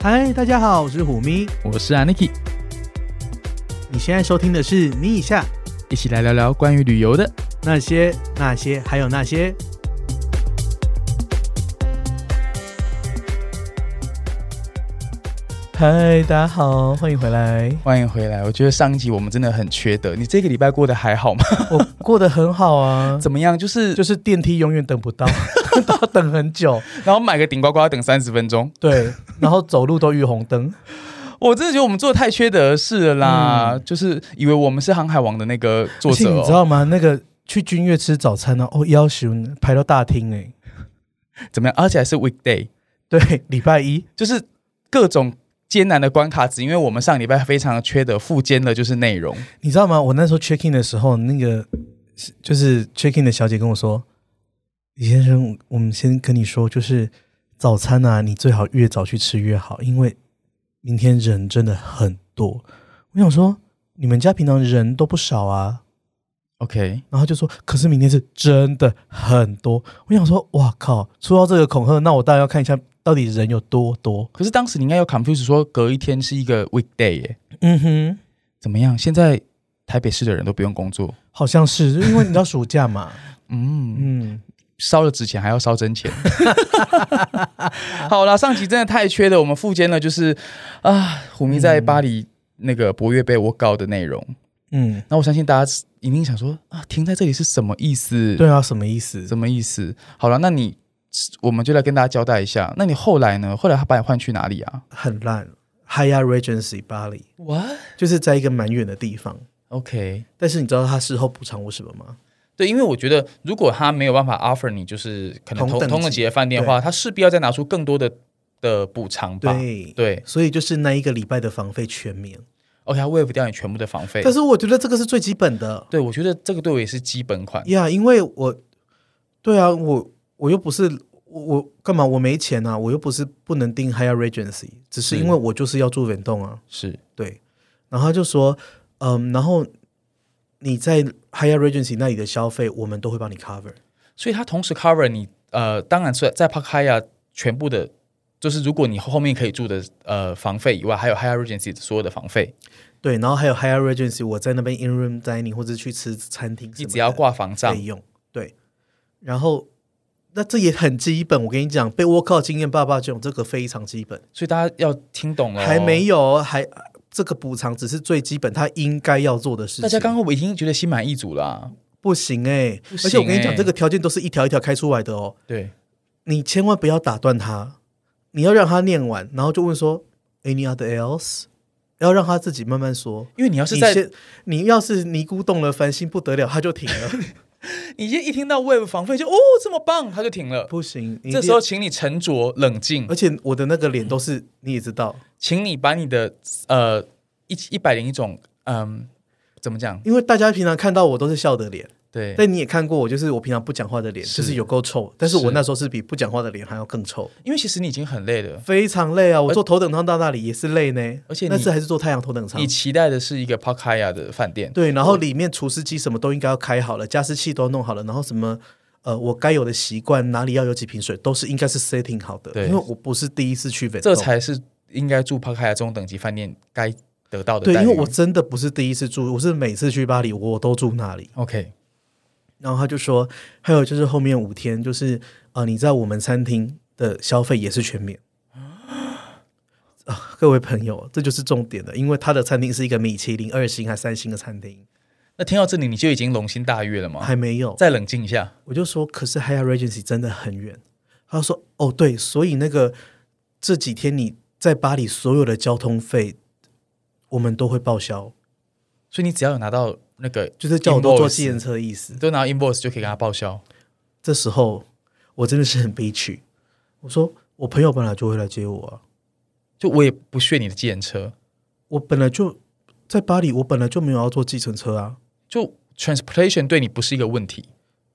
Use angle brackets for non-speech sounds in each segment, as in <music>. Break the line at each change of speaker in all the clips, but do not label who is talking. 嗨，大家好，我是虎咪。
我是 Aniki，
你现在收听的是《咪一下
一起来聊聊关于旅游的。
那些那些还有那些》。
嗨，大家好，欢迎回
<laughs>
来。
欢迎回来，我觉得上一集我们真的很缺德。你这个礼拜过得还好吗？
我过得很好啊，
怎么样？就是
就是电梯永远等不到， <laughs> 都要等很久。
然后买个顶呱呱要等三十分钟，
对，然后走路都遇红灯。
我真的觉得我们做的太缺德的事了啦。就是以为我们是《航海王》的那个作
而且
者、
你知
哦，
道吗？那个去君悦吃早餐呢、哦，要求呢排到大厅哎。
怎么样？而且还是 weekday，
对，礼拜一
就是各种艰难的关卡，只因为我们上礼拜非常的缺德，附兼的就是内容。
你知道吗？我那时候 check in 的时候，那个是就是 check in 的小姐跟我说：“李先生，我们先跟你说，就是早餐啊，你最好越早去吃越好，因为明天人真的很多。”我想说，你们家平常人都不少啊。
OK，
然后就说，可是明天是真的很多。我想说，哇靠！出到这个恐吓，那我当然要看一下到底人有多多。
可是当时你应该有 confuse 说隔一天是一个 weekday 耶，
嗯哼，
怎么样？现在台北市的人都不用工作，
好像是，因为你知道暑假嘛，
嗯。
嗯，
烧了纸钱还要烧真钱。 <laughs> 好啦，上集真的太缺了，我们附间呢就是啊，虎迷在巴黎那个博越被我搞的内容。
嗯，
那我相信大家一定想说啊，停在这里是什么意思？
对，啊，什么意思？
什么意思？好了，那你我们就来跟大家交代一下。那你后来呢？后来他把你换去哪里啊
很烂，Higher Regency 巴黎，
？What？OK，、
就是在一个蛮远的地方。
OK
但是你知道他事后补偿我什么吗？
对，因为我觉得如果他没有办法 offer 你就是可能
同
同
等级
同等级的饭店的话，他势必要再拿出更多的的补偿吧？
对
对
所以就是那一个礼拜的房费全免。
，OK，他 waive 掉你全部的房费。
但是我觉得这个是最基本的
对，我觉得这个对我也是基本款。
呀因为我，对啊，我我又不是我我干嘛？我没钱啊，我又不是不能订 Higher Regency，只是因为我就是要住远洞啊。
是
对，然后他就说，嗯，然后你在 Higher Regency 那里的消费，我们都会帮你 cover。
所以它同时 cover 你呃，当然是在 Park Haya 全部的，就是如果你后面可以住的呃房费以外，还有 Higher Regency 所有的房费，
对，然后还有 higher regency，我在那边 in room dining 或者去吃餐厅什么的，
你只要挂房
可
账
以，用。对，然后那这也很基本，我跟你讲，被 work out 经验爸爸这种这个非常基本，
所以大家要听懂了。哦
还没
有，
有哦还这个补偿只是最基本，他应该要做的事情。
大家刚刚我已经觉得心满意足啊啦、
不行哎、
不
而且我跟你
行
讲，
欸
这个条件都是一条一条开出来的哦，
对，
你千万不要打断他，你要让他念完，然后就问说 any other else，要让他自己慢慢说。
因为你要是
你
在
先，你要是尼姑动了凡心不得了，他就停了。 <laughs>
你先一听到 wave 房费就哦这么棒，他就停了。
不行，你一定
这时候，请你沉着冷静
而，且我的那个脸都是，你也知道，
请你把你的呃一一百零一种嗯、怎么讲？
因为大家平常看到我都是笑的脸，
对，
但你也看过我，就是我平常不讲话的脸，
是
就是有够臭，但是
是
我那时候是比不讲话的脸还要更臭，
因为其实你已经很累了。
非常累啊！我坐头等舱到那里也是累呢，
而且你
那次还是坐太阳头等舱
你。期待的是一个 p a k a y a 的饭店，
对，然后里面除湿机什么都应该要开好了，加湿器都弄好了，然后什么呃，我该有的习惯，哪里要有几瓶水，都是应该是 setting 好的，
对
因为我不是第一次去 v
这才是应该住 p a k a y a 中等级饭店该得到的
对，
待
因
遇。
为我真的不是第一次住，我是每次去巴黎我都住那里。
OK，
然后他就说，还有就是后面五天，就是呃，你在我们餐厅的消费也是全免。啊，各位朋友，这就是重点了，因为他的餐厅是一个米其林二星还三星的餐厅，
那听到这里你就已经龙心大悦了吗？
还没有。
再冷静一下，
我就说，可是 Higher Regency 真的很远。他就说，哦，对，所以那个这几天你在巴黎所有的交通费，我们都会报销，
所以你只要有拿到那个，
就是叫我多坐计程车的意思。
你都拿到 invoice 就可以给他报销。
这时候我真的是很悲曲。我说我朋友本来就会来接我啊，
就我也不屑你的计程车，
我本来就在巴黎，我本来就没有要坐计程车啊，
就 transportation 对你不是一个问题。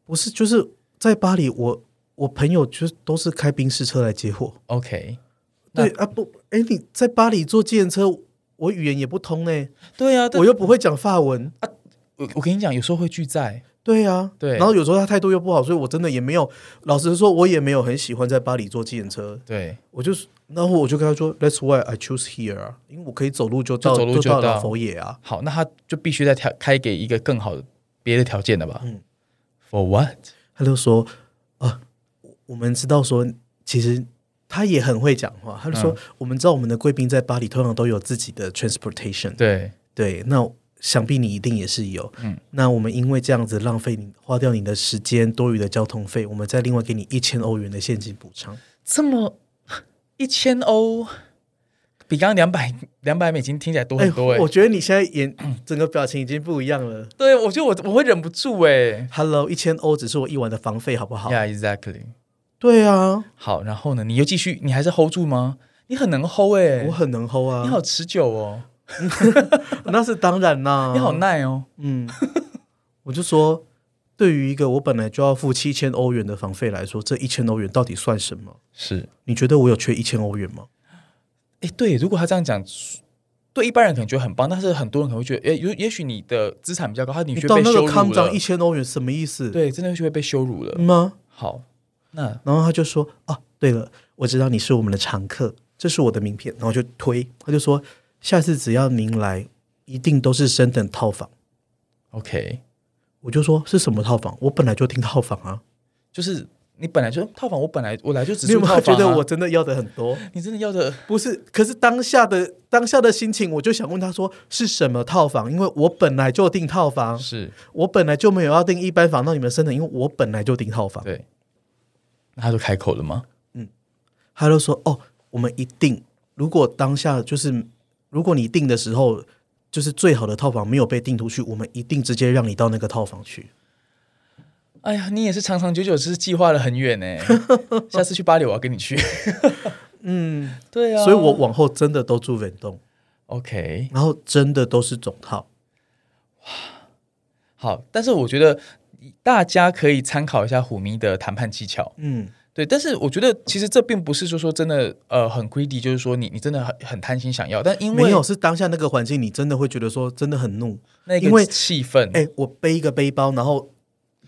不是就是在巴黎，我我朋友就是都是开宾士车来接我。
OK，那
对啊不，哎你在巴黎坐计程车，我语言也不通呢，
对啊，但
我又不会讲法文。
我我跟你讲，有时候会拒载，
对啊，
对
然后有时候他态度又不好，所以我真的也没有，老实说，我也没有很喜欢在巴黎坐计程车。
对，
我就是，然后我就跟他说，That's why I choose here 啊，因为我可以走路就到，
就走路就
到
到
老佛爷啊。
好，那他就必须再调开给一个更好的别的条件的吧？嗯，For what？
他就说，啊，我我们知道说，其实他也很会讲话。他就
嗯
说，我们知道我们的贵宾在巴黎通常都有自己的 transportation，
对，
对那想必你一定也是有。
嗯，
那我们因为这样子浪费你花掉你的时间，多余的交通费，我们再另外给你一千欧元的现金补偿。
这么一千欧，比刚刚两百两百美金听起来多很多哎、
我觉得你现在眼整个表情已经不一样了。
对，我觉得我我会忍不住哎、
Hello，一千欧只是我一晚的房费，好不好
Yeah, exactly.
对啊，
好，然后呢？你又继续，你还是 hold 住吗？你很能 hold 哎、
我很能 hold 啊。
你好，持久哦，
那是当然啦。
你好，耐哦。
嗯，我就说，对于一个我本来就要付七千欧元的房费来说，这一千欧元到底算什么？
是，
你觉得我有缺一千欧元吗？
哎，对，如果他这样讲，对一般人可能觉得很棒，但是很多人可能会觉得，哎，也也许你的资产比较高，他你
你
却
到
被
那
羞
个
辱
康
了
长一，千欧元什么意思？嗯
对，真的就会被羞辱了。
吗？
好，那
然后他就说啊，对了，我知道你是我们的常客，这是我的名片，然后就推，他就说下次只要您来，一定都是升等套房。
OK，
我就说是什么套房？我本来就订套房啊，
就是你本来就套房，我本来我来就只
你有
住
没
套
有
房、啊，
觉得我真的要的很多？
你真的要的
不是，可是当下的当下的心情，我就想问他说是什么套房？因为我本来就订套房，
<laughs> 是
我本来就没有要订一般房，让你们升等，因为我本来就订套房。
对，那他就开口了吗？
他就说：“哦，我们一定，如果当下就是，如果你订的时候，就是最好的套房没有被订出去，我们一定直接让你到那个套房去。
哎呀，你也是长长久久，只是计划了很远 <laughs> 呢。下次去巴黎，我要跟你去。
嗯，
<laughs> 对啊，
所以我往后真的都住远东，
OK
然后真的都是总套。
好，但是我觉得大家可以参考一下虎迷的谈判技巧。
嗯，
对，但是我觉得其实这并不是就说真的呃很 greedy，就是说你你真的很很贪心想要，但因为
没有是当下那个环境，你真的会觉得说真的很怒。
那
因为
个气氛，
哎、我背一个背包，然后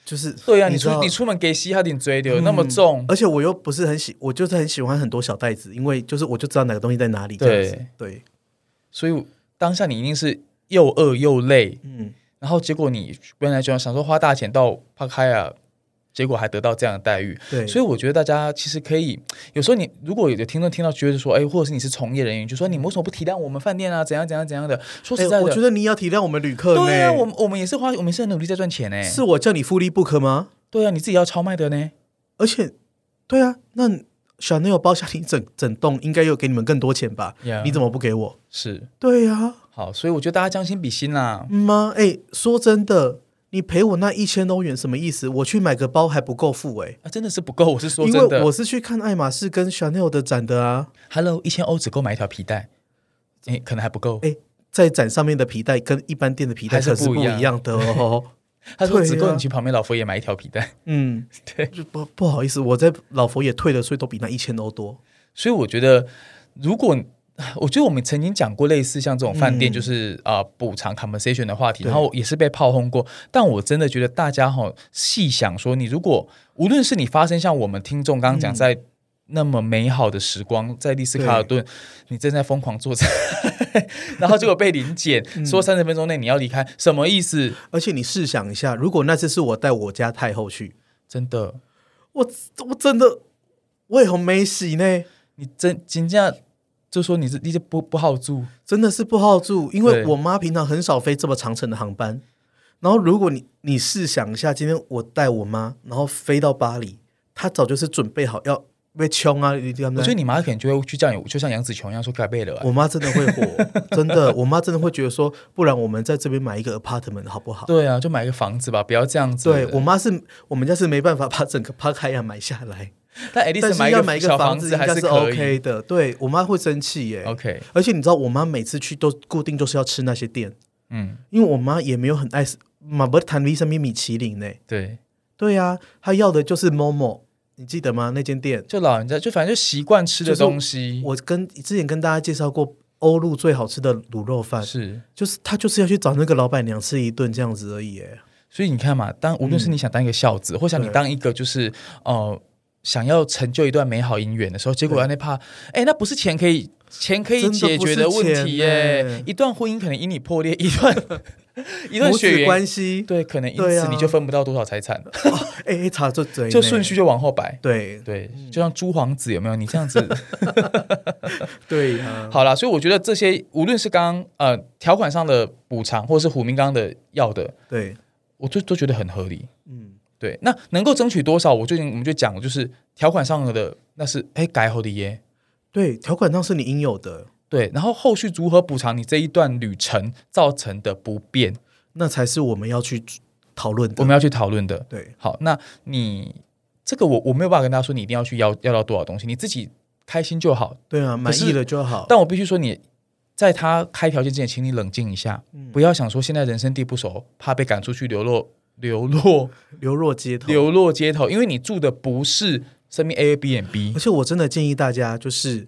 就是
对啊，你
知道
出你出门给西哈点追的那么
嗯
重，
而且我又不是很喜，我就是很喜欢很多小袋子，因为就是我就知道哪个东西在哪里这样子。对，
所以当下你一定是又饿又累，
嗯，
然后结果你原来就想说花大钱到帕开亚，结果还得到这样的待遇，
对，
所以我觉得大家其实可以，有时候你如果有听众听到觉得说，哎，或者是你是从业人员，就说你们为什么不体谅我们饭店啊？怎样怎样怎样的？说
哎
实在的，
我觉得你要体谅我们旅客呢。
对啊，我们我们也是花，我们也是很努力在赚钱呢。
是我叫你复利 book 吗？
对啊，你自己要超卖的呢。
而且，对啊，那小 n e 包下你整整栋，应该有给你们更多钱吧
Yeah
你怎么不给我？
是
对啊，
好，所以我觉得大家将心比心啦。
嗯吗？哎、说真的，你赔我那一千欧元什么意思？我去买个包还不够付哎、
啊，真的是不够，我是说
因
真
为
的。
我是去看爱马仕跟 Chanel 的展的啊，
Hello，一千欧只够买一条皮带，哎，可能还不够。
哎，在展上面的皮带跟一般店的皮带
还是
可是
不
不
一样
一样的
<laughs>
哦。
他说
对
只够
啊
你去旁边老佛爷买一条皮带。
嗯，
对
就不不好意思，我在老佛爷退的税都比那一千欧多。
所以我觉得，如果我觉得我们曾经讲过类似像这种饭店
嗯
就是啊、呃补偿 compensation 的话题，
对
然后也是被炮轰过。但我真的觉得大家哈、细想说，你如果无论是你发生像我们听众刚刚讲在。那么美好的时光，在丽思卡尔顿，你正在 <laughs> 疯狂做菜，然后结果被临检、说三十分钟内你要离开，什么意思？
而且你试想一下，如果那次是我带我家太后去，
真的，
我我真的我也很没洗呢，
你真真正就说你这你这不不好住，
真的是不好住，因为
对
我妈平常很少飞这么长程的航班。然后如果你你试想一下，今天我带我妈，然后飞到巴黎，她早就是准备好要被冲啊，一定要
我觉得你妈可能就会去叫你，就像杨紫琼一样说改背了啊。
我妈真的会
<laughs>
火，真的，我妈真的会觉得说，不然我们在这边买一个 apartment 好不好？
对啊，就买个房子吧，不要这样子。
对我妈是，我们家是没办法把整个帕开亚买下来，
但 at
但
least
是要买一
小
个
房
房子应
还
该
是可以哦
OK 的。对我妈会生气耶、
OK，
而且你知道，我妈每次去都固定就是要吃那些店，
嗯，
因为我妈也没有很爱吃，马不谈维生米米其林呢、
对，
对呀、啊，她要的就是 Momo，你记得吗？那间店，
就老人家就反正就习惯吃的
就是
东西。
我跟之前跟大家介绍过欧陆最好吃的卤肉饭，
是，
就是她就是要去找那个老板娘吃一顿这样子而已、耶。
所以你看嘛，当无论是你想当一个孝子，或想你
嗯对
当一个就是呃想要成就一段美好姻缘的时候，结果
对
那怕，哎，那不是钱可以。钱可以
真的
解
不
决
是
问
钱
题耶、
欸
一段婚姻可能因你破裂，一段
<laughs>
一段
母
血
子
缘
关系，
对，可能因
对
此
啊
你就分不到多少财产，
哎、欸，查这嘴呢，
就顺序就往后摆。
对
对，就像朱皇子有没有？你这样子，
对呀、
好啦，所以我觉得这些无论是刚刚呃条款上的补偿，或者是虎明刚刚的要的，
对，
我就都觉得很合理。
嗯，
对，那能够争取多少，我最近我们就讲了，就是条款上的那是哎改后的耶。
对，条款上是你应有的，
对，然后后续如何补偿你这一段旅程造成的不便，
那才是我们要去讨论的。
我们要去讨论的。
对，
好，那你这个我我没有办法跟大家说你一定要去要要到多少东西，你自己开心就好。
对啊，满
是
意了就好。
但我必须说你。在他开条件之前，请你冷静一下，
嗯
不要想说现在人生地不熟，怕被赶出去流落流落
流落街头，
流落街头，因为你住的不是身边 Airbnb
而。且我真的建议大家，就是，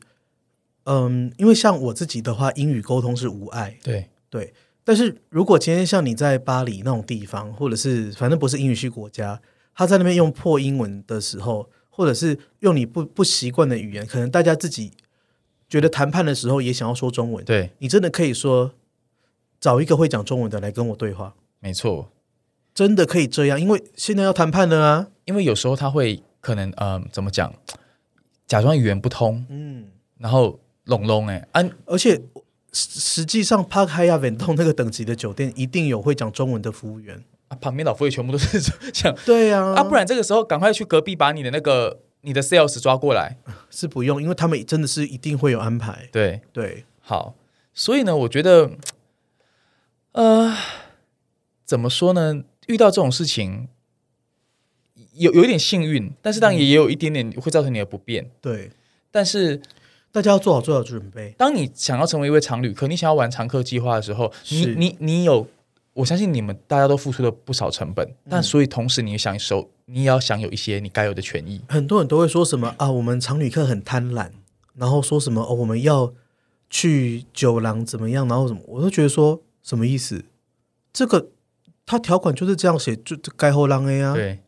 嗯，因为像我自己的话，英语沟通是无碍，
对，
对。但是如果今天像你在巴黎那种地方，或者是反正不是英语系国家，他在那边用破英文的时候，或者是用你不不习惯的语言，可能大家自己觉得谈判的时候也想要说中文，
对，
你真的可以说找一个会讲中文的来跟我对话，
没错，
真的可以这样，因为现在要谈判了啊。
因为有时候他会可能呃，怎么讲，假装语言不通，
嗯，
然后拢拢哎，啊，
而且实实际上帕开亚远东那个等级的酒店一定有会讲中文的服务员。
啊旁边老夫也全部都是 <laughs> 这样
对啊，
啊，不然这个时候赶快去隔壁把你的那个你的 sales 抓过来，
是不用，因为他们真的是一定会有安排。
对，
对，
好，所以呢，我觉得，呃，怎么说呢？遇到这种事情，有有一点幸运，但是
嗯
当然也有一点点会造成你的不便。
对，
但是，
大家要做好最好的准备。
当你想要成为一位常旅客，你想要玩常客计划的时候，你
是
你你有，我相信你们大家都付出了不少成本，
嗯
但所以同时你也享受，你也要享有一些你该有的权益。
很多人都会说什
嗯
么啊，我们常旅客很贪婪，然后说什么哦，我们要去酒廊怎么样，然后什么，我都觉得说什么意思？这个他条款就是这样写，就就该后浪 A 啊，
对，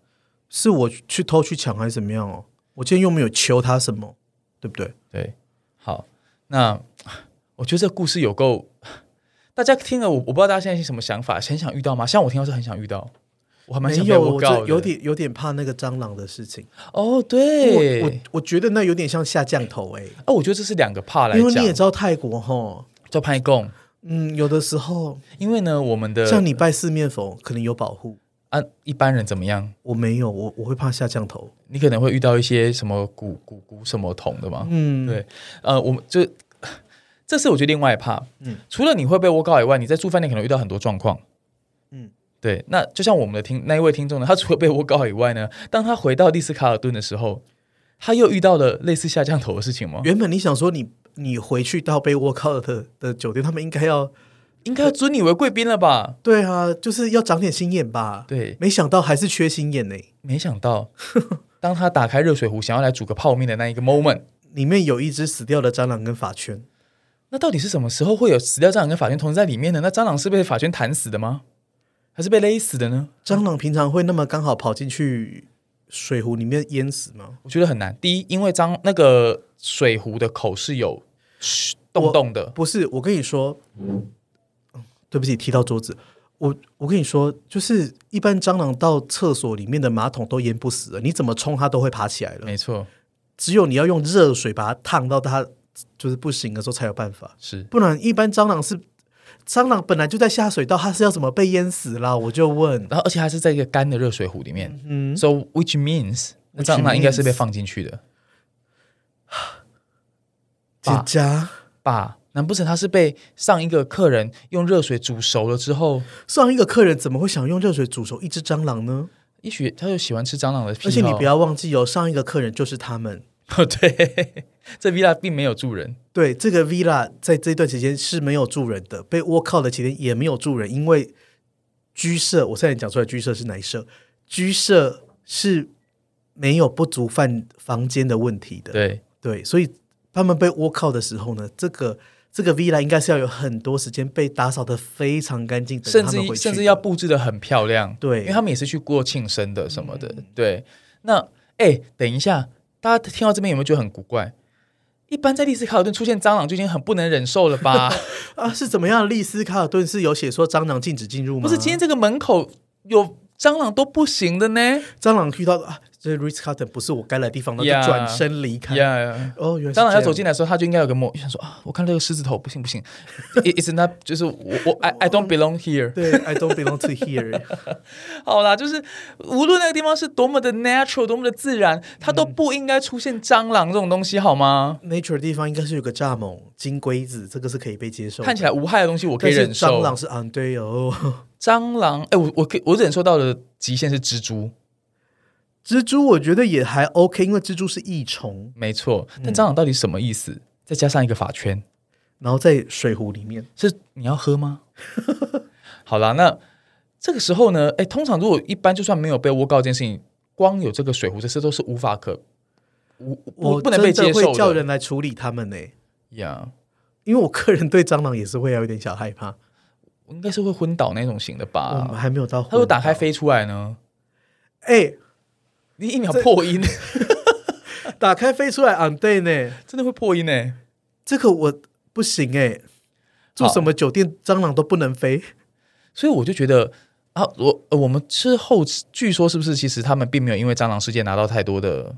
是我去偷去抢还是怎么样哦？我今天又没有求他什么，对不对？
对，好，那我觉得这故事有够，大家听了我，我不知道大家现在是什么想法，很想遇到吗？像我听到是很想遇到，我还蛮
没
想被
有，
诬
我
告
这
的
有点有点怕那个蟑螂的事情。
哦，
我我
对，
我觉得那有点像下降头哎、
哦，我觉得这是两个怕来
因为你
讲
也，知道泰国吼，
叫拍供，
嗯，有的时候
因为呢，我们的
像你拜四面佛可能有保护，
啊，一般人怎么样？
我没有，我我会怕下降头。
你可能会遇到一些什么古古古什么铜的嘛？
嗯，
对，呃，我们就这是我觉得另外一怕，嗯
嗯，
除了你会被诬告以外，你在住饭店可能遇到很多状况，嗯
嗯，
对。那就像我们的听那一位听众呢，他除 <laughs> 了被诬告以外呢，当他回到丽思卡尔顿的时候，他又遇到了类似下降头的事情吗？
原本你想说你你回去到被窝靠的的酒店，他们应该要
应该要尊你为贵宾了吧？
对啊，就是要长点心眼吧。
对，
没想到还是缺心眼呢、
没
<laughs>
想到当他打开热水壶想要来煮个泡面的那一个 moment，
里面有一只死掉的蟑螂跟法圈。
那到底是什么时候会有死掉蟑螂跟法圈同时在里面呢？那蟑螂是被法圈弹死的吗？还是被勒死的呢？
蟑螂平常会那么刚好跑进去水壶里面淹死吗？
我觉得很难。第一，因为张那个水壶的口是有嘘洞洞的，
不是，我跟你说，嗯对不起，踢到桌子。我我跟你说，就是一般蟑螂到厕所里面的马桶都淹不死了，你怎么冲它都会爬起来了。
没错，
只有你要用热水把它烫到它就是不行的时候才有办法，
是
不然一般蟑螂是蟑螂本来就在下水道，它是要怎么被淹死啦？我就问，
然后而且还是在一个干的热水壶里面、
嗯，
s o which means 那
Which
蟑螂应该是被
means-
放进去的，
结
爸
痂，
爸，难不成他是被上一个客人用热水煮熟了之后，
上一个客人怎么会想用热水煮熟一只蟑螂呢？
也许他就喜欢吃蟑螂的癖好
而且你不，要忘记哦，上一个客人就是他们。
<laughs> 对，这 villa 并没有住人，
对，这个 villa 在这段期间是没有住人的，被倭靠的期间也没有住人，因为居舍，我差点讲出来居舍是哪一舍，居舍是没有不足饭房间的问题的。
对，
对，所以他们被倭靠的时候呢，这个这个 villa 应该是要有很多时间被打扫的非常干净，等
甚
他们回
至
去
甚至
的
要布置的很漂亮，
对嗯
因为他们也是去过庆生的什么的，对。那哎、等一下，大家听到这边有没有觉得很古怪？一般在丽思卡尔顿出现蟑螂就已经很不能忍受了
<laughs>
吧？
啊是怎么样？丽斯卡尔顿是有写说蟑螂禁止进入吗？
不是，今天这个门口有蟑螂都不行的呢。
蟑螂遇到啊，这 Ritz Carlton 不是我该来的地方，那就
Yeah
转身离开。 <laughs>
呀，
哦，原来
蟑螂要走进
来，
来的时候，他就应该有个梦，想说啊，我看到这个狮子头，不行不行，it is not，就是我
<laughs>
我 I I don't belong here。
对，I don't belong to here。 <laughs>
好啦，就是无论那个地方是多么的 natural，多么的自然，它都
嗯
不应该出现蟑螂这种东西，好吗？
Nature 的地方应该是有个蚱蜢、金龟子，这个是可以被接受的。
看起来无害的东西我可
但
以
是
忍受
蟑，螂是啊，对哦。 <laughs>
蟑螂，哎、我我可以我忍受到的极限是蜘蛛，
蜘蛛我觉得也还 OK，因为蜘蛛是益虫，
没错，
嗯
但蟑螂到底什么意思？再加上一个法圈，
然后在水壶里面。
是你要
<laughs>
喝吗？好啦，那这个时候呢，哎，通常如果一般就算没有被诬告这件事情，光有这个水壶这事都是无法可无不
我
不能被
真
接
的
受
会叫
的
人来处理它们呢、欸
呀。
因为我个人对蟑螂也是会有点小害怕。
我应该是会昏倒那种型的
我们
吧？
还没有到昏倒。
啊他说打开飞出来呢，
哎、
你一秒
<laughs>
破音，
打开飞出来啊，对呢，
真的会破音呢、欸
这个我不行哎、住什么酒店蟑螂都不能飞。
所以我就觉得啊，我、呃我们之后据说是不是其实他们并没有因为蟑螂事件拿到太多的，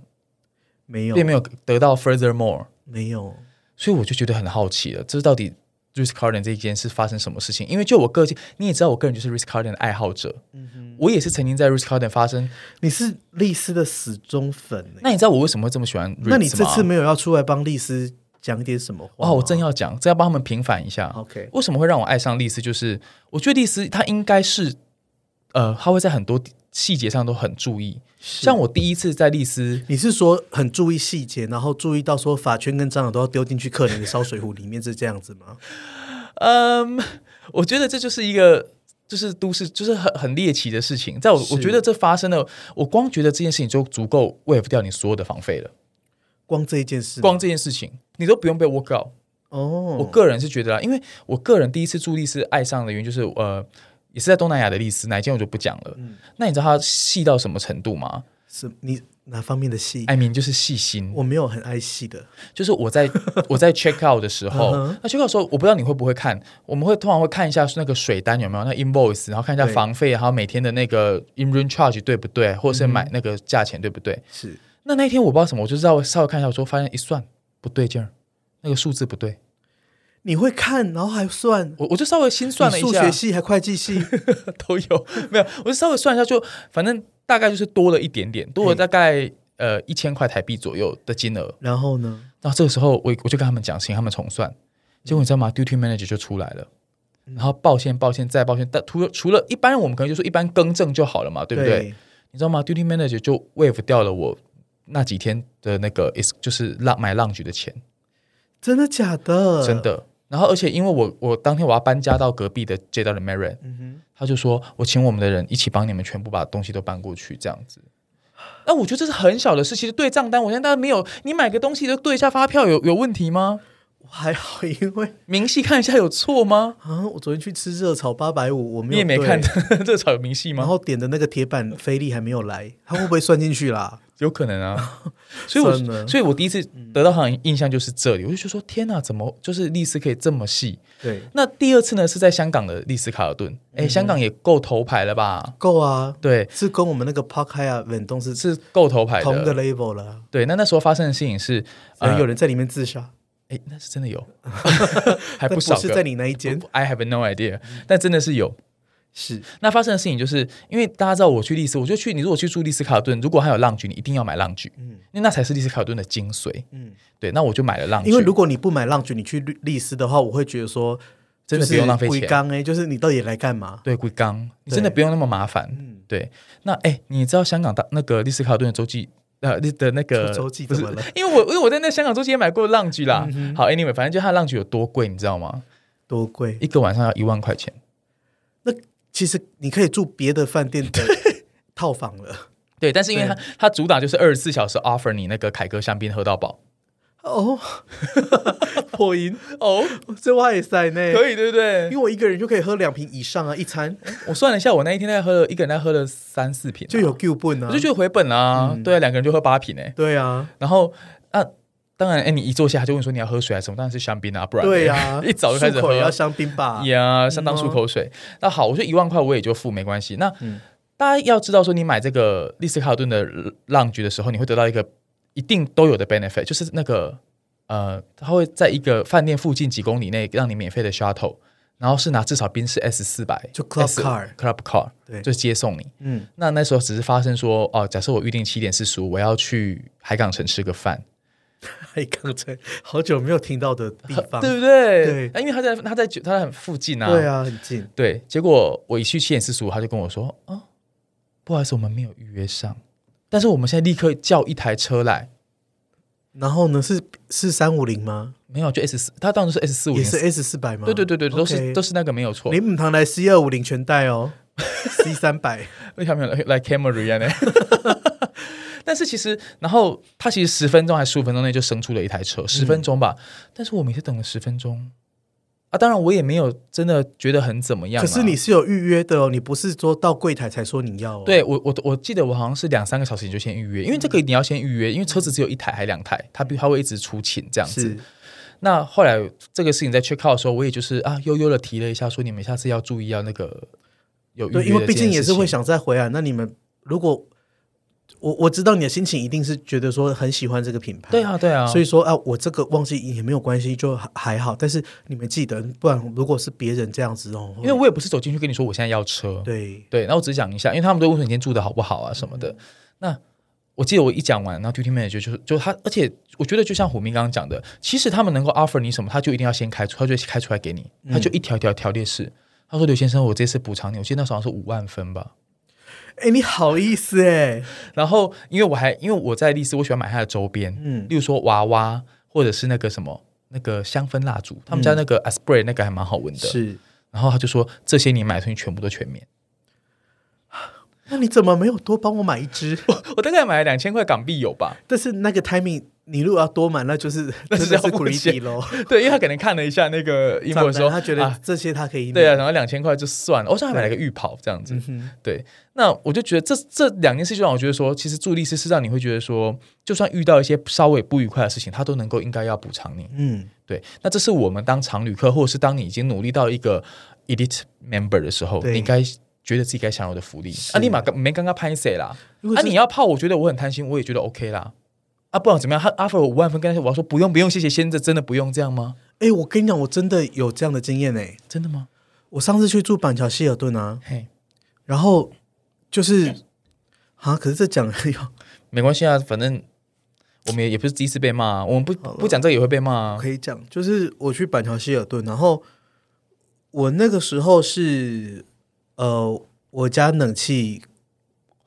没有，
并没有得到 further more。
没有，
所以我就觉得很好奇了，这到底 Ritz Carlton 这一件事发生什么事情？因为就我个人，你也知道，我个人就是 Ritz Carlton 的爱好者，
嗯
我也是曾经在 Ritz Carlton 发生。
你是丽丝的死忠粉、欸、
那你知道我为什么会这么喜欢 Ritz 吗？哦
那你这次没有要出来帮丽丝讲一点什么话吗？
哇，我正要讲，这要帮他们平反一下。
OK
为什么会让我爱上丽丝？就是我觉得丽丝她应该是，呃，她会在很多细节上都很注意。像我第一次在丽丝，
你是说很注意细节，然后注意到说法圈跟蟑螂都要丢进去客人的烧水壶里面，是这样子吗？
嗯，我觉得这就是一个。就是都市，就是很很猎奇的事情，在我我觉得这发生了，我光觉得这件事情就足够 waive 掉你所有的房费了。
光这一件事吗，
光这件事情，你都不用被 work out。
哦，
我个人是觉得啦，因为我个人第一次住丽丝爱上的原因就是，呃，也是在东南亚的丽丝，哪一间我就不讲了。那你知道它细到什么程度吗？
是你哪方面的戏？
艾明就是细心，
我没有很爱戏的，
就是
<laughs>
我在我在 check out 的时候
嗯哼，
那 check out 的时候，我不知道你会不会看，我们会通常会看一下那个水单有没有，那 invoice，然后看一下
对嗯
房费，还有每天的那个 in room charge 对不对，或者是买那个价钱对不对。
是
那那一天我不知道什么，我就知道稍微看一下，我说发现一算不对劲儿，那个数字不对，
你会看，然后还算，
我我就稍微心算了
你
一
数
下，
学系还会计系，
<laughs> 都有，没有，我就稍微算一下就，反正大概就是多了一点点，多了大概呃一千块台币左右的金额。
然后呢？
然后这个时候我我就跟他们讲，请他们重算。结果你知道吗？Duty manager 就出来了，然后抱歉，抱歉，再抱歉。但除了除了一般人，我们可能就说一般更正就好了嘛，对不对？你知道吗？Duty manager 就 waive 掉了我那几天的那个 is 就是浪买浪局的钱，
真的假的？
真。的。然后而且因为我我当天我要搬家到隔壁的街道的 Marin，、他
嗯
就说我请我们的人一起帮你们全部把东西都搬过去，这样子。那我觉得这是很小的事，其实对账单，我现在大家没有，你买个东西就对一下发票有有问题吗？
我还好，因为 <laughs>
明细看一下有错吗？
啊，我昨天去吃热炒八百五，我没有
你也没
对
看 <laughs> 这草有明细
然
吗？
后点的那个铁板菲力还没有来，它会不会算进去啦？
有可能啊， <laughs> 所以我
算了
所以我第一次得到很印象就是这里，我就觉得说天哪，怎么就是历史可以这么细？
对，
那第二次呢是在香港的丽思卡尔顿，
嗯
哎，香港也够头牌了吧？
够啊，
对，
是跟我们那个 Park High 啊、冷冻是
是够头牌
同个
的。
level 了。
对，那那时候发生的事情是，
然
呃，
后有人在里面自杀，
哎，那是
<laughs>
真的有，
但
还不少
是
个
在你那一间
不。I have no idea，但真的是有。
是
那发生的事情就是因为大家知道我去丽思，我就去你如果去住丽思卡尔顿，如果还有浪菊，你一定要买浪菊，嗯，因为那才是丽思卡尔顿的精髓，嗯，对，那我就买了浪菊，
因为如果你不买浪菊，你去丽丽思的话，我会觉得说
真的不用浪费钱
刚哎，就是你到底来干嘛？
对，贵刚，你真的不用那么麻烦。
嗯
对，那哎、你知道香港大那个丽思卡尔顿的周记呃的那个
周周记
不是
怎么了？嗯
因为我因为我在那香港周记也买过浪菊啦。好，anyway，反正就它的浪菊有多贵，你知道吗？
多贵？
一个晚上要一万块钱。
那其实你可以住别的饭店
<laughs>
的套房了。
对，但是因为它它主打就是二十四小时 offer 你那个凯歌香槟喝到饱
<laughs> 哦，破音，
哦，
这我也塞呢。
可以对嗯不对
因为？我一个人就可以喝两瓶以上啊，一餐
我算了一下，我那一天大概喝了一个人大概喝了三四瓶啊、
就有嗯 Q 本啊，
我就觉得回本啦、对啊，两个人就喝八瓶哎、
对啊，
然后啊，当然，哎，你一坐下他就问说你要喝水还是什么，当然是香槟啊，不然呢，
对啊
<laughs> 一早就开始
漱口
喝
也要啊嗯香槟吧？
呀，相当漱口水。那好，我说一万块我也就付，没关系。那、
嗯
大家要知道说，你买这个丽思卡尔顿的浪菊的时候，你会得到一个一定都有的 benefit，就是那个呃，它会在一个饭店附近几公里内让你免费的 shuttle。然后是拿至少宾士 S 四百，
就 club
S-
car
club car，
对
就接送你。 <laughs>
嗯，
那那时候只是发生说，哦，假设我预定七点四十五，我要去海港城吃个饭，
海港城好久没有听到的地方，
<laughs> 对不对？
对
那因为他在他在他在很附近啊，
对，啊，很近。
对。结果我一去七点四十五，他就跟我说，啊、不好意思，我们没有预约上，但是我们现在立刻叫一台车来，
然后呢，是是三五零吗？
没有就 S 四，他当时是 S 四五
也
零，
是 S 四百吗？
对对对对，都是
OK
都是那个没有错。
连母堂来 C 二五零全带
<laughs>
哦，C 三百
为什么有来 Camry 啊？呢？ <laughs> 但是其实，然后他其实十分钟还十五分钟内就生出了一台
嗯
车，十分钟吧。但是我每次等了十分钟啊，当然我也没有真的觉得很怎么样啊。
可是你是有预约的哦，你不是说到柜台才说你要哦。
对我我我记得我好像是两三个小时你就先预约，因为这个你要先预约，因为车子只有一台还两台，它必它会一直出勤这样子
是。
那后来这个事情在 check out 的时候，我也就是啊悠悠的提了一下，说你们下次要注意要那个有预约
对，因为
的
毕
这件
竟也是
事
会
情
想再回来。啊那你们如果我我知道你的心情一定是觉得说很喜欢这个品牌，
对啊对啊，
所以说啊，我这个忘记也没有关系，就还还好。但是你们记得，不然如果是别人这样子哦，
因为我也不是走进去跟你说我现在要车，
对
对，那我只是讲一下，因为他们都问说你今天住的好不好啊什么的。那我记得我一讲完，然后 duty manager 就是就他，而且我觉得就像虎明刚刚讲的，其实他们能够 offer 你什么，他就一定要先开出，他就开出来给你，他就一条一条条列式。他说：“刘先生，我这次补偿你，我记得那时候好像是五万分吧。
哎，你好意思哎，
然后，因为我还因为我在丽思，我喜欢买它的周边，
嗯
嗯，例如说娃娃，或者是那个什么那个香氛蜡烛，他们家那个 Aspray 那个还蛮好闻的。
是。
然后他就说，这些你买的东西全部都全免。
那你怎么没有多帮我买一
<laughs>
支？
我大概买了两千块港币有吧，
但是那个 timing，你如果要多买，那就是
<laughs> 那
真
是
的
要
是
付钱
greedy 咯。
对，因为他可能看了一下那个 <laughs> 英文说，
他觉得
啊
这些他可以、
对啊，，然后两千块就算了。我哦上还买了个浴袍这样
嗯
子，对。那我就觉得这这两件事就让我觉得说，其实助力师是让你会觉得说，就算遇到一些稍微不愉快的事情，他都能够应该要补偿你。
嗯，
对，那这是我们当常旅客，或者是当你已经努力到一个 elite member 的时候，
对
你该觉得自己该享有的福利。啊，立马没刚刚拍谁啦？
如果
啊，
是
你要泡，我觉得我很贪心，我也觉得 OK 啦。啊，不管怎么样，他 offer 我五万分，但是我要说不用不用，谢谢先生，真的不用这样吗？
哎、我跟你讲，我真的有这样的经验哎、
真的吗？
我上次去住板桥希尔顿啊，
嘿，
然后就是啊，可是这讲 <laughs> 要
没关系啊，反正我们也也不是第一次被骂、啊，我们不不讲这个也会被骂、啊。
可以讲，就是我去板桥希尔顿，然后我那个时候是呃，我家冷气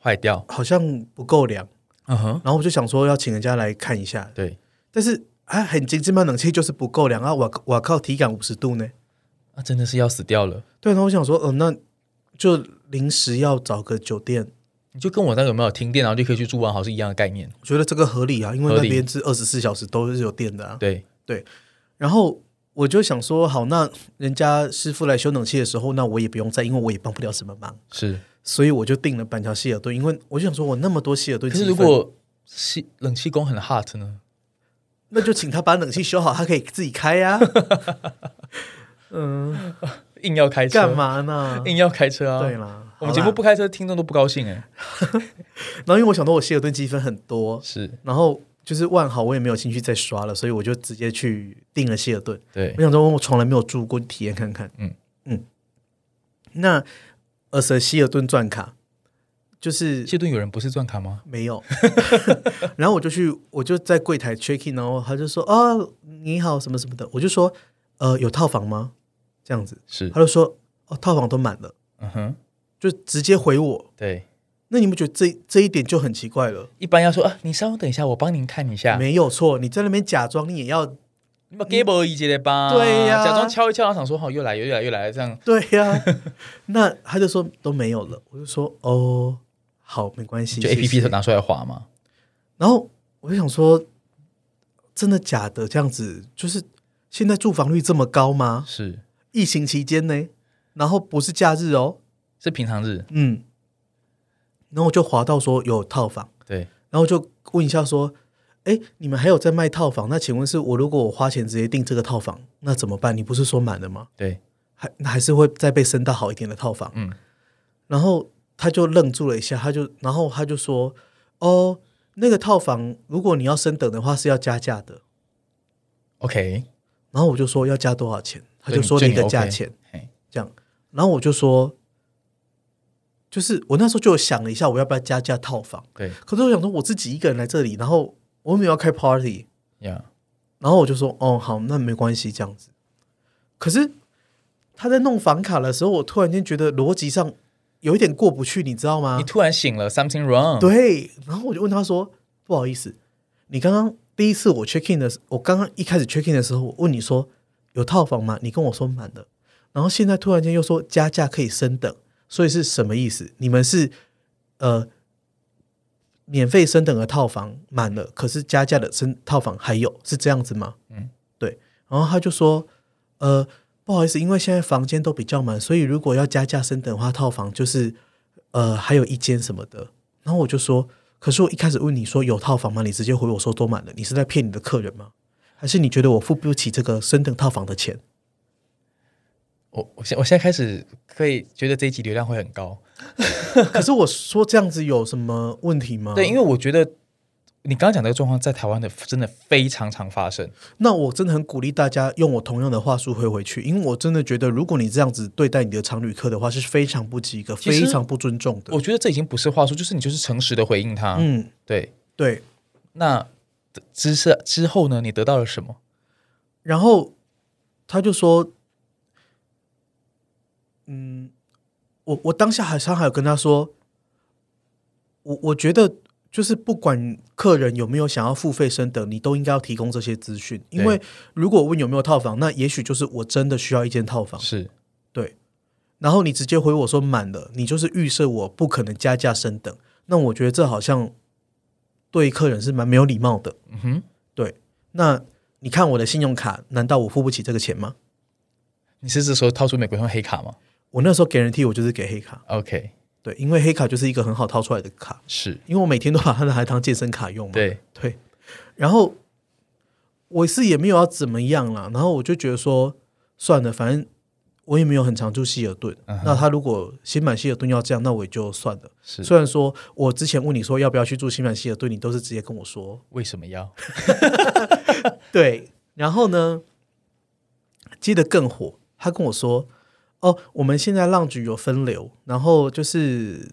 坏掉，
好像不够凉，
嗯哼，
然后我就想说要请人家来看一下，
对，
但是啊，很精致嘛，冷气就是不够凉啊，我我靠，体感五十度呢。
那、啊真的是要死掉了。
对，然后我想说，嗯、那就临时要找个酒店，
你就跟我那个有没有停电，然后就可以去住万豪是一样的概念。
我觉得这个合理啊，因为
合
那
理
边是二十四小时都是有电的啊。
对，
然后我就想说，好，那人家师傅来修冷气的时候，那我也不用在，因为我也帮不了什么忙，
是。
所以我就订了板桥希尔顿，因为我就想说，我那么多希尔顿
可
积
是
分，
如果气冷气工很 hot 呢？
<laughs> 那就请他把冷气修好，他可以自己开啊
<laughs>
呀、嗯，
硬要开车
干？嘛呢？
硬要开车啊！
对，啦，
我们节目不
好
开车，听众都不高兴哎、
啦，然后因为我想到我希尔顿积分很多，
是
然后就是万豪我也没有兴趣再刷了，所以我就直接去订了希尔顿。
对
我，想说，我从来没有住过，体验看看。嗯
嗯
嗯，那厄瑟希尔顿钻卡，就是
谢顿有人不是钻卡吗？
没有。然后我就去，我就在柜台 check in，然后他就说啊、你好什么什么的，我就说呃有套房吗？这样子，
是
他，就说哦套房都满了，
嗯哼，
就直接回我。
对。
那你们觉得这这一点就很奇怪了？
一般要说啊，你稍微等一下，我帮您看一下。
没有错，你在那边假装你也要
你们 g a b l e 一节的吧？
对呀
假装敲一敲，然后想说哦好，又来，又来，又来，这样
<laughs> 对呀、那他就说都没有了，我就说哦好没关系，
就
谢谢
A P P 拿出来划嘛。
然后我就想说，真的假的？这样子就是现在住房率这么高吗？
是，
疫情期间呢？然后不是假日哦，
是平常日，
嗯。然后我就滑到说有套房，
对，
然后就问一下说，哎，你们还有在卖套房？那请问是我如果我花钱直接订这个套房，那怎么办？你不是说满了吗？
对，
还那还是会再被升到好一点的套房？
嗯，
然后他就愣住了一下，他就然后他就说：“哦，那个套房如果你要升等的话是要加价的。
OK，”
然后我就说要加多少钱，他就
对
说了
这
一个
你 OK
价钱
嘿
这样。然后我就说，就是我那时候就有想了一下，我要不要加价套房？
对
可是我想说我自己一个人来这里，然后我又没有要开 party，
呀，
然后我就说：“哦，好，那没关系，这样子。”可是他在弄房卡的时候，我突然间觉得逻辑上有一点过不去，你知道吗？
你突然醒了，something wrong，，
啊对，然后我就问他说：“不好意思，你刚刚第一次我 check in 的时，我刚刚一开始 check in 的时候，我问你说有套房吗？你跟我说满的，然后现在突然间又说加价可以升等，所以是什么意思？你们是呃免费升等的套房满了，可是加价的升套房还有，是这样子吗？
嗯，
对。然后他就说，呃，不好意思，因为现在房间都比较满，所以如果要加价升等的话，套房就是呃还有一间什么的。然后我就说，可是我一开始问你说有套房吗？你直接回我说都满了，你是在骗你的客人吗？还是你觉得我付不起这个升等套房的钱？ <laughs>
我我现我现在开始可以觉得这一集流量会很高，
可是我说这样子有什么问题吗？
对，因为我觉得。你刚刚讲这个状况在台湾的真的非常常发生，
那我真的很鼓励大家用我同样的话术回回去，因为我真的觉得，如果你这样子对待你的常旅客的话，是非常不及格、
其实
非常不尊重的
我。觉得这已经不是话术，就是你就是诚实的回应他。嗯，
嗯，
对。
对。
那之是之后呢？你得到了什么？
然后他就说：“嗯，我我当下好像还有跟他说，我我觉得就是不管客人有没有想要付费升等，你都应该要提供这些资讯，因为如果我问有没有套房，那也许就是我真的需要一间套房，
是
对。然后你直接回我说满了，你就是预设我不可能加价升等，那我觉得这好像对客人是蛮没有礼貌的。”
嗯哼，
对，那你看我的信用卡，难道我付不起这个钱吗？
你是这时候掏出美国通黑卡吗
我那时候给人替我就是给黑卡，
？OK，
对，因为黑卡就是一个很好掏出来的卡，
是
因为我每天都把它拿来当健身卡用嘛。
对，
对，然后我是也没有要怎么样啦，然后我就觉得说算了，反正我也没有很常住希尔顿，
嗯哼
那他如果新版希尔顿要这样，那我也就算了。
是
虽然说我之前问你说要不要去住新版希尔顿，你都是直接跟我说
为什么要？
对，然后呢，接得更火，他跟我说：“哦，我们现在浪局有分流，然后就是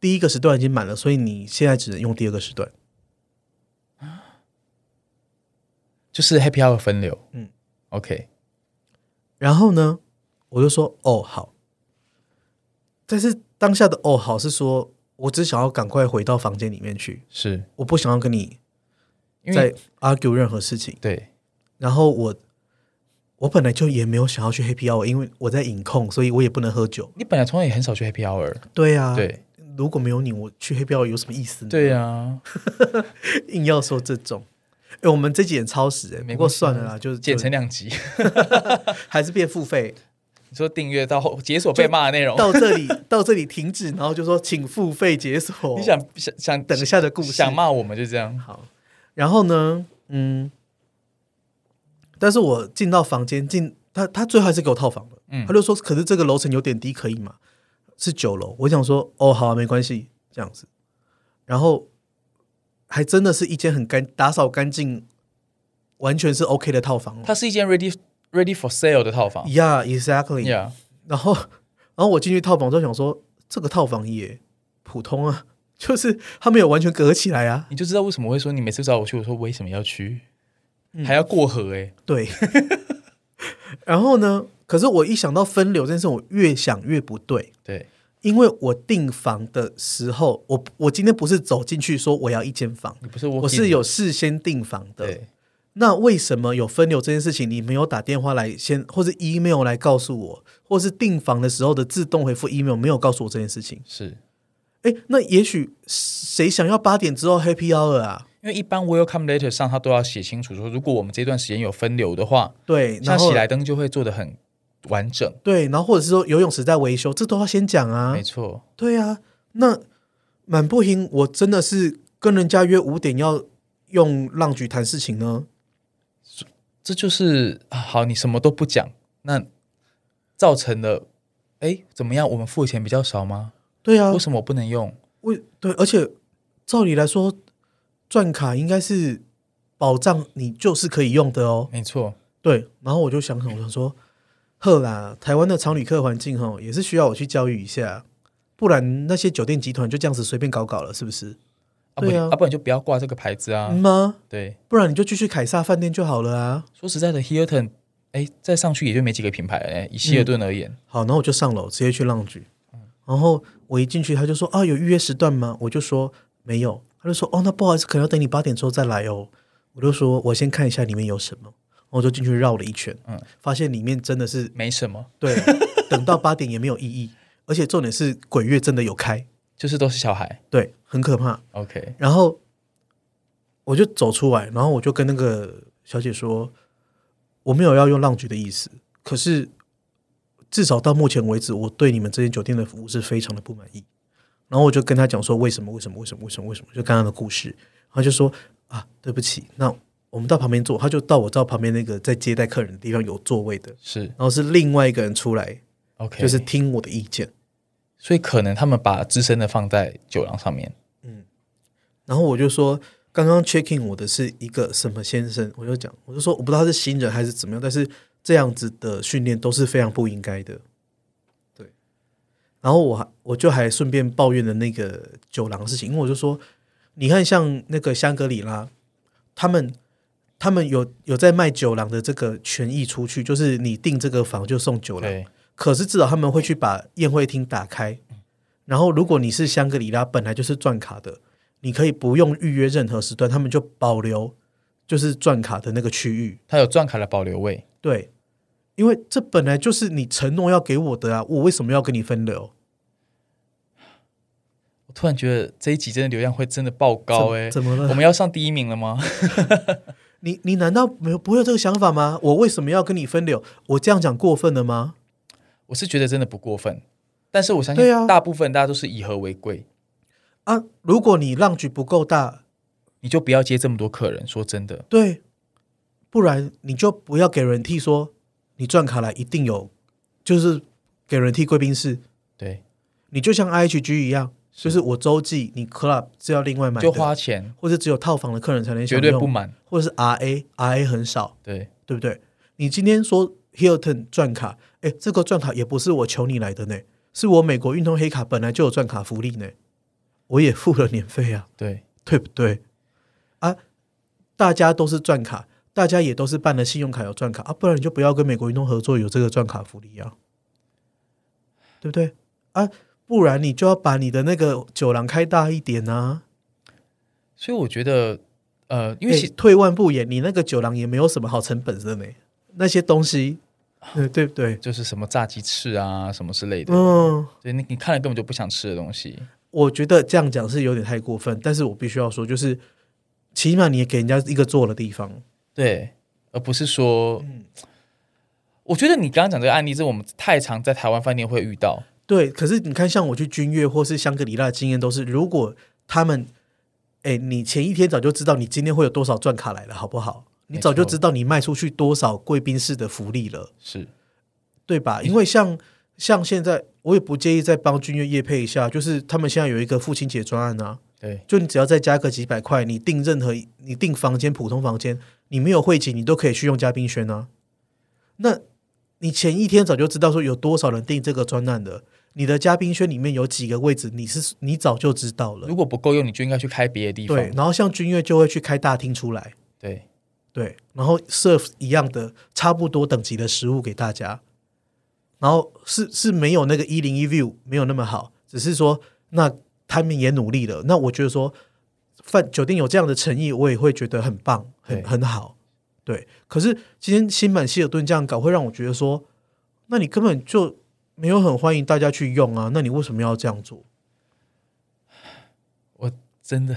第一个时段已经满了，所以你现在只能用第二个时段。
就是 Happy Hour 分流。
嗯
嗯，OK，”
然后呢，我就说：“哦，好。”但是当下的“哦，好”是说我只想要赶快回到房间里面去，
是
我不想要跟你
因
再
为
argue 任何事情。
对
然后我我本来就也没有想要去 Happy Hour，因为我在饮控，所以我也不能喝酒。
你本来从来也很少去 Happy Hour，
对啊，嗯
对
如果没有你，我去黑标有什么意思呢？
对啊，
<laughs> 硬要说这种，哎、我们这几也超时哎、
没
不过
关系啊
算了啦，就是
剪成
就
两集。 <laughs>
还是变付费。
你说订阅到后解锁被骂的内容，
到这里到这里停止，然后就说请付费解锁。
<laughs> 你想想想
等一下的故事？
想骂我们就这样。
好，然后呢，嗯，但是我进到房间进他他最后还是给我套房了，
嗯
他就说可是这个楼层有点低，可以吗？是九楼，我想说哦好啊，没关系这样子，然后还真的是一间很干打扫干净，完全是 OK 的套房哦。
它是一间 ready ready for sale 的套房
Yeah, exactly.
，Yeah，
然后，然后我进去套房之后想说，这个套房也普通啊， <laughs> 就是它没有完全隔起来啊。
你就知道为什么我会说你每次找我去，我说为什么要去，
嗯
还要过河哎、
对， <laughs> 然后呢？可是我一想到分流这件事，我越想越不对，
对，
因为我订房的时候，我我今天不是走进去说我要一间房，
你不是我，
我是有事先订房的。
对，
那为什么有分流这件事情，你没有打电话来先，或是 email 来告诉我，或是订房的时候的自动回复 email 没有告诉我这件事情？
是
哎，那也许谁想要八点之后 happy hour 啊？
因为一般 welcome letter 上他都要写清楚说，如果我们这段时间有分流的话，
对，然
像
后
喜来登就会做的很完整，
对，然后或者是说游泳池在维修，这都要先讲啊
没。错，
对啊，那满不行，我真的是跟人家约五点要用浪局谈事情呢。
这就是啊好，你什么都不讲，那造成了哎怎么样？我们付的钱比较少吗？
对啊
为，什么我不能用？
为对，而且照理来说，钻卡应该是保障你就是可以用的哦。
没错，
对，然后我就想想，我想说，呵啦，台湾的常旅客环境哈，也是需要我去教育一下，不然那些酒店集团就这样子随便搞搞了，是不是？
啊不
对啊
啊不然就不要挂这个牌子啊。
嗯吗？
对，
不然你就继续凯撒饭店就好了啊。
说实在的，Hilton 哎再上去也就没几个品牌了，哎以希
嗯
尔顿而言，
好，然后我就上楼直接去浪局，然后我一进去，他就说啊，有预约时段吗？我就说没有，他就说哦，那不好意思，可能要等你八点之后再来哦。我就说我先看一下里面有什么，然后我就进去绕了一圈，
嗯
发现里面真的是
没什么，
对，等到八点也没有意义，而且重点是鬼月真的有开，
就是都是小孩。
对，很可怕。
OK，
然后我就走出来，然后我就跟那个小姐说，我没有要用浪菊的意思，可是至少到目前为止，我对你们这间酒店的服务是非常的不满意。然后我就跟她讲说，为什么？为什么？为什么？为什么？为什么？就刚刚的故事，她就说啊，对不起，那我们到旁边坐，她就到我到旁边那个在接待客人的地方有座位的，
是
然后是另外一个人出来，
OK，
就是听我的意见。
所以可能他们把资深的放在酒廊上面，
然后我就说，刚刚 check in 我的是一个什么先生，我就讲，我就说我不知道他是新人还是怎么样，但是这样子的训练都是非常不应该的。对，然后我还我就还顺便抱怨了那个酒廊的事情，因为我就说，你看像那个香格里拉，他们。他们有有在卖酒廊的这个权益出去，就是你订这个房就送酒廊，
对，
可是至少他们会去把宴会厅打开，然后如果你是香格里拉本来就是钻卡的，你可以不用预约任何时段，他们就保留就是钻卡的那个区域。
他有钻卡的保留位，
对，因为这本来就是你承诺要给我的啊，我为什么要跟你分流？
我突然觉得这一集真的流量会真的爆高哎、
怎怎么了
<laughs> 我们要上第一名了吗？ <laughs>
你你难道没有不会有这个想法吗？我为什么要跟你分流？我这样讲过分了吗？
我是觉得真的不过分，但是我相
对啊
信大部分大家都是以和为贵，
啊，如果你浪局不够大，
你就不要接这么多客人。说真的，
对，不然你就不要给人替说你转卡来一定有，就是给人替贵宾室，
对，
你就像 IHG 一样，就是我洲际你 club 是要另外买的，
就花钱
或者只有套房的客人才能享
绝
用，
对不满，
或者是 RA RA 很少，
对，
对不对？你今天说 Hilton 钻卡，哎，这个钻卡也不是我求你来的呢，是我美国运通黑卡本来就有钻卡福利呢，我也付了年费啊，
对，
对不对？啊，大家都是钻卡，大家也都是办了信用卡有钻卡啊，不然你就不要跟美国运通合作有这个钻卡福利啊，对不对？啊，不然你就要把你的那个酒廊开大一点啊。
所以我觉得，呃，因
因
为
为
其、
退万步言，你那个酒廊也没有什么好成本的呢，那些东西，对对不对？
就是什么炸鸡翅啊什么之类的，
嗯，
对你你看了根本就不想吃的东西，
我觉得这样讲是有点太过分，但是我必须要说，就是起码你也给人家一个坐的地方，
对，而不是说，
嗯
我觉得你刚刚讲这个案例，是我们太常在台湾饭店会遇到，
对，可是你看，像我去君悦或是香格里拉的经验都是，如果他们，哎，你前一天早就知道你今天会有多少钻卡来了，好不好？你早就
没错
知道你卖出去多少贵宾室的福利了，
是
对
嗯
吧？因为像像现在，我也不介意再帮君悦业配一下，就是他们现在有一个父亲节专案啊，
对，
就你只要再加个几百块，你订任何一你订房间普通房间，你没有会籍，你都可以去用嘉宾轩啊。那你前一天早就知道说有多少人订这个专案的，你的嘉宾圈里面有几个位置，你是你早就知道了
如。果不够用，你就应该去开别的地方。
对，然后像君悦就会去开大厅出来，
对
对，然后 serve 一样的差不多等级的食物给大家，然后是是没有那个一零一 view 没有那么好，只是说那他们也努力了，那我觉得说饭酒店有这样的诚意，我也会觉得很棒，很
对
很好，对。可是今天新版希尔顿这样搞，会让我觉得说，那你根本就没有很欢迎大家去用啊，那你为什么要这样做？
我真的，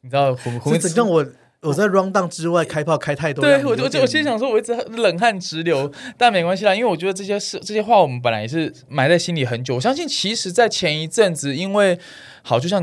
你知道，我们我
这
们
让我我在 round down 之外开炮开太多，
对
让你
我就
有
我就我
点
心想说，我一直冷汗直流，但没关系啦，因为我觉得这些事这些话，我们本来也是埋在心里很久。我相信，其实，在前一阵子，因为好，就像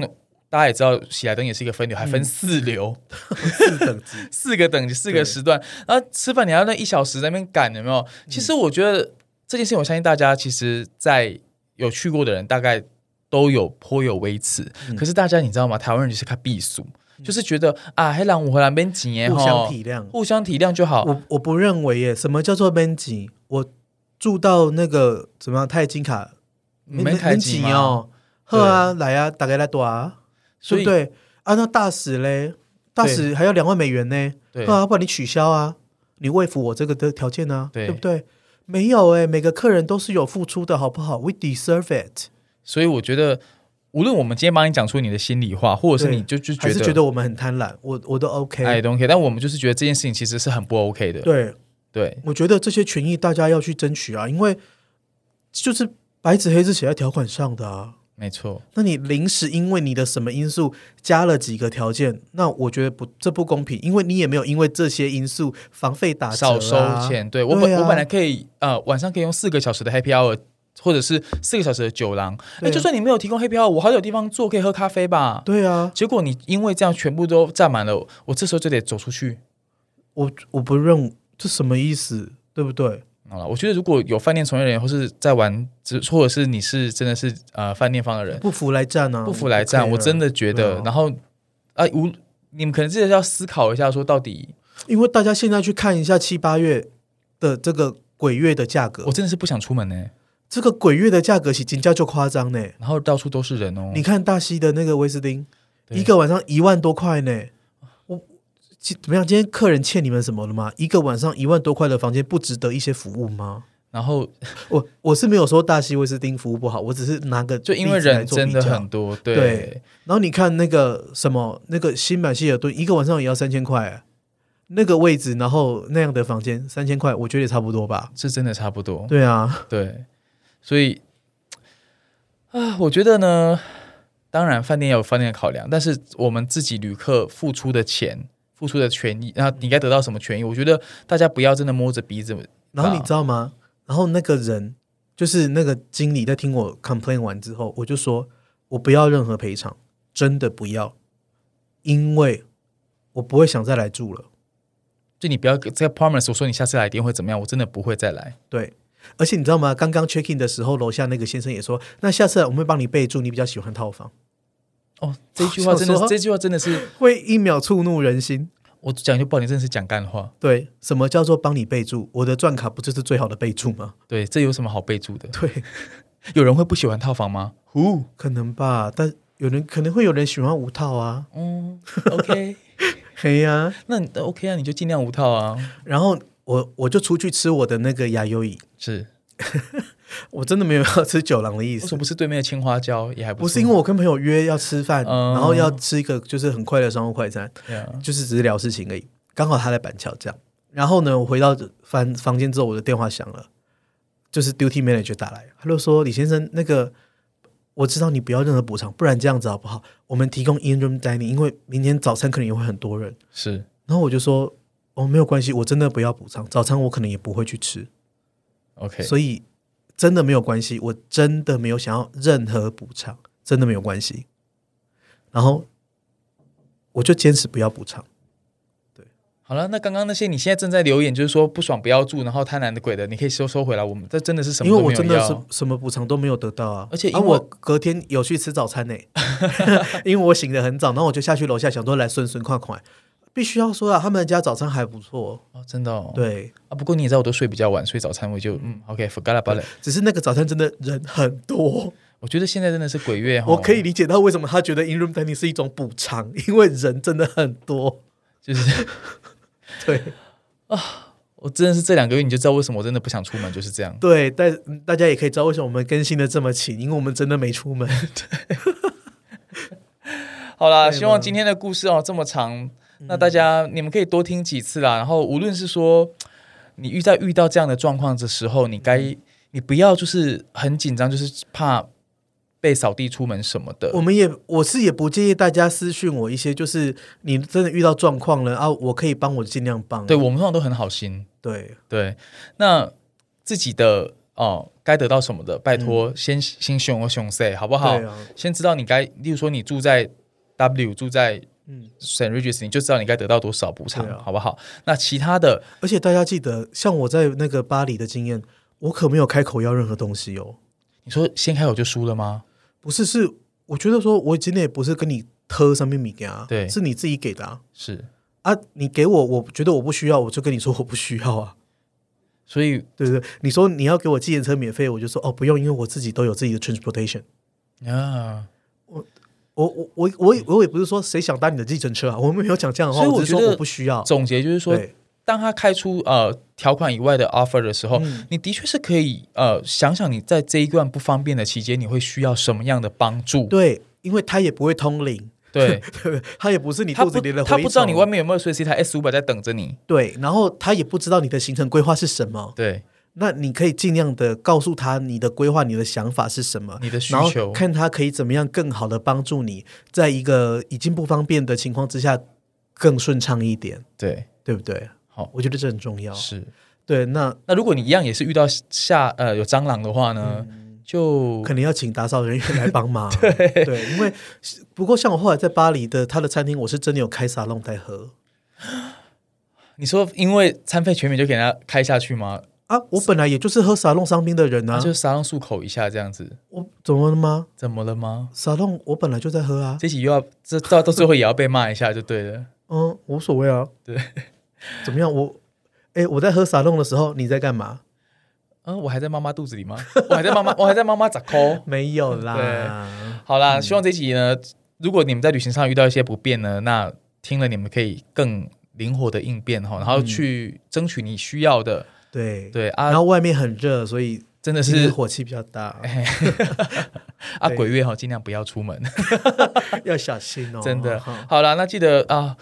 大家也知道，喜来登也是一个分流，还
嗯
分四流，
四等级，
四个等级，四
对
个时段。然后吃饭你还要那一小时在那边赶，有没有？
嗯
其实我觉得这件事情，我相信大家其实，在有去过的人，大概都有颇有微词。
嗯
可是大家你知道吗？台湾人就是看避俗，就是觉得啊，黑狼我荷兰边紧耶，
互相
吼
体谅。
互相体谅就好。
我我不认为耶，什么叫做门禁？我住到那个怎么样泰金卡，
门槛
禁
紧吗
哦，呵啊，来啊，大概来多啊，
所以
对不对？啊，那大使嘞，大使还要两万美元呢，
对
呵啊，不然你取消啊，你未符我这个的条件啊，
对
对不对？没有哎，每个客人都是有付出的，好不好？We deserve it。
所以我觉得，无论我们今天帮你讲出你的心里话，或者是
对
你就就
还
觉
是
得
觉得我们很贪婪，我我都 OK。
I don't care，但我们就是觉得这件事情其实是很不 OK 的。
对，
对
我觉得这些权益大家要去争取啊，因为就是白纸黑字写在条款上的啊。
没错，
那你临时因为你的什么因素加了几个条件，那我觉得不这不公平，因为你也没有因为这些因素房费打折、
少
啊、
收钱。对我本、
对啊
我本来可以呃晚上可以用四个小时的 Happy Hour，或者是四个小时的酒廊。哎、
对啊
就算你没有提供 Happy Hour，我还有地方坐可以喝咖啡吧？
对啊，
结果你因为这样全部都占满了，我这时候就得走出去。
我我不认这什么意思，对不对？
好了，我觉得如果有饭店从业人员，或是在玩，或者是你是真的是呃饭店方的人，
不服来战啊！
不服来战，
不可以啊
我真的觉
对
得。
啊
然后啊，无你们可能真的要思考一下，说到底，
因为大家现在去看一下七八月的这个鬼月的价格
我，真的是不想出门呢、欸
这个鬼月的价格是金价就夸张呢、
然后到处都是人哦。
你看大溪的那个威斯汀，
对
一个晚上一万多块呢。我今怎么样？今天客人欠你们什么了吗？一个晚上一万多块的房间，不值得一些服务吗？
然后
我我是没有说大溪威斯汀服务不好，我只是拿个
就因为
例子来
人
做
真的
比较
很。多，对
对然后你看那个什么，那个新版希尔顿，一个晚上也要三千块，啊那个位置，然后那样的房间三千块，我觉得也差不多吧。
这真的差不多。
对啊，
对，所以啊，我觉得呢，当然饭店也有饭店的考量，但是我们自己旅客付出的钱。付出的权益，那你该得到什么权益？我觉得大家不要真的摸着鼻子。
然后你知道吗？然后那个人就是那个经理，在听我 complain 完之后，我就说我不要任何赔偿，真的不要，因为我不会想再来住了。
就你不要这个 promise 我说你下次来一定会怎么样，我真的不会再来。
对，而且你知道吗？刚刚 check in 的时候，楼下那个先生也说，那下次我们会帮你备注，你比较喜欢套房，
哦，这句话真的
我想说
是，这句话真的是，
会一秒触怒人心。
我讲句不好听，真的是讲干话。
对，什么叫做帮你备注？我的钻卡不就是最好的备注吗？
对，这有什么好备注的？
对，
有人会不喜欢套房吗？呼，
可能吧，但有人可能会有人喜欢无套啊，
嗯，OK， <laughs>
嘿呀、
那你 OK 啊，你就尽量无套啊。
然后我我就出去吃我的那个牙优椅，
是，
我真的没有要吃酒廊的意
为
思
什么，不是对面的青花椒也还不
不是因为我跟朋友约要吃饭，
嗯
然后要吃一个就是很快乐的商务快餐，
对啊
就是只是聊事情而已。刚好他在板桥这样，然后呢，我回到房房间之后，我的电话响了，就是 duty manager 打来，他就说李先生，那个我知道你不要任何补偿，不然这样子好不好？我们提供 in room dining，因为明天早餐可能也会很多人。
是
然后我就说哦，没有关系，我真的不要补偿，早餐我可能也不会去吃。
OK，
所以真的没有关系，我真的没有想要任何补偿，真的没有关系。然后我就坚持不要补偿，
好了，那刚刚那些你现在正在留言，就是说不爽不要住，然后贪婪的鬼的，你可以收收回来。我们这真的是什么
因为
都没
我
有
真的
要
是什么补偿都没有得到啊。
而且因
啊，
为
我隔天有去吃早餐
<laughs>
呢、因为我醒得很早，然后我就下去楼下想说来顺顺快快。必须要说啊，他们家早餐还不错，
哦，真的哦。
对，嗯
啊，不过你也知道我都睡比较晚，所以早餐我就嗯 OK forgot about it。
只是那个早餐真的人很多，
我觉得现在真的是鬼月，
我
吼
可以理解到为什么他觉得 in room dining 是一种补偿，因为人真的很多。
就是 <laughs>
对
我真的是这两个月你就知道为什么我真的不想出门，就是这样。
对，但嗯大家也可以知道为什么我们更新的这么勤，因为我们真的没出门。 <laughs>
好啦，
对嗯
希望
吗
今天的故事哦这么长，那大家你们可以多听几次啦。然后无论是说你遇在遇到这样的状况的时候，你该
嗯
你不要就是很紧张，就是怕被扫地出门什么的
我。们也我是也不建议大家私讯我一些，就是你真的遇到状况了啊，我可以帮我尽量帮。
对我们通常都很好心，
对，
对，那自己的哦该得到什么的，拜托先先熊我熊 say 好不好？
嗯对啊
先知道你该，例如说你住在 W 住在
嗯
St. Regis，你就知道你该得到多少补偿，
对啊
好不好？那其他的
而且大家记得，像我在那个巴黎的经验，我可没有开口要任何东西哦。
你说先开口就输了吗？
不是，是我觉得说，我今天也不是跟你特上面米给啊，
对
是你自己给的啊。
是，
啊，你给我，我觉得我不需要，我就跟你说我不需要啊，
所以
对不对？你说你要给我计程车免费，我就说哦不用，因为我自己都有自己的 transportation。
啊，
我我我我也我也不是说谁想搭你的计程车啊，我没有讲这样的话，
所以我
只是
觉
说
得
我不需要。
总结就是说，
对
当他开出呃条款以外的 offer 的时候，
嗯
你的确是可以呃想想你在这一段不方便的期间，你会需要什么样的帮助？
对，因为他也不会通灵， <laughs>
对
他也不是你
他
肚
不
子里的蛔
他不知道
虫
你外面有没有随时一台 S 五百在等着你。
对，然后他也不知道你的行程规划是什么。
对，
那你可以尽量的告诉他你的规划、你的想法是什么，
你的需
然后
求
看他可以怎么样更好的帮助你，在一个已经不方便的情况之下更顺畅一点，
对，
对不对？
好
我觉得这很重要。
是。
对，那
那如果你一样也是遇到下呃有蟑螂的话呢，
嗯
就
可能要请打扫人员来帮
<laughs>
忙。对因为不过像我后来在巴黎的他的餐厅，我是真的有开沙龙在喝
你说因为餐费全免就给他开下去吗？
啊，我本来也就是喝沙龙伤冰的人
那
啊，
就沙龙漱口一下这样子，
我怎么了吗？
怎么了吗？
沙龙我本来就在喝啊，
这集又要这到到最后也要被骂一下就对了。
嗯，无所谓啊。
对，
怎么样？我，哎、我在喝沙龙的时候，你在干嘛？
嗯，我还在妈妈肚子里吗？ <laughs> 我还在妈妈，我还在妈妈咋抠？
没有
啦。好啦，希望这集呢，如果你们在旅行上遇到一些不便呢，那听了你们可以更灵活的应变哈，然后去争取你需要的。
对
对
然
啊，
后外面很热，所以
真的
今天
是哎
火气比较大，
<laughs> 啊，
对
鬼月哈，尽量不要出门，
要小心哦。
真的。
哈
哦好啦，那记得啊，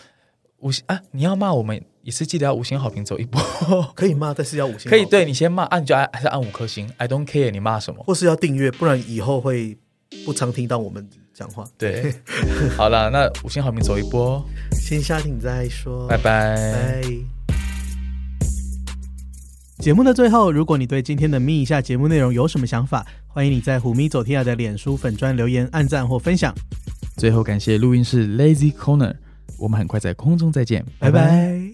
五星啊，你要骂我们也是记得要五星好评走一波，
哦可以骂，但是要五星，
可以，对，你先骂，啊按、你就按还是按五颗星，I don't care 你骂什么。
或是要订阅，不然以后会不常听到我们讲话。
对， <laughs> 好啦，那五星好评走一波，
先下定再说，
拜拜
拜。节目的最后，如果你对今天的咪一下节目内容有什么想法，欢迎你在虎咪走天涯的脸书粉专留言、按赞或分享。
最后感谢录音室 Lazy Corner，我们很快在空中再见，
拜
拜拜
拜。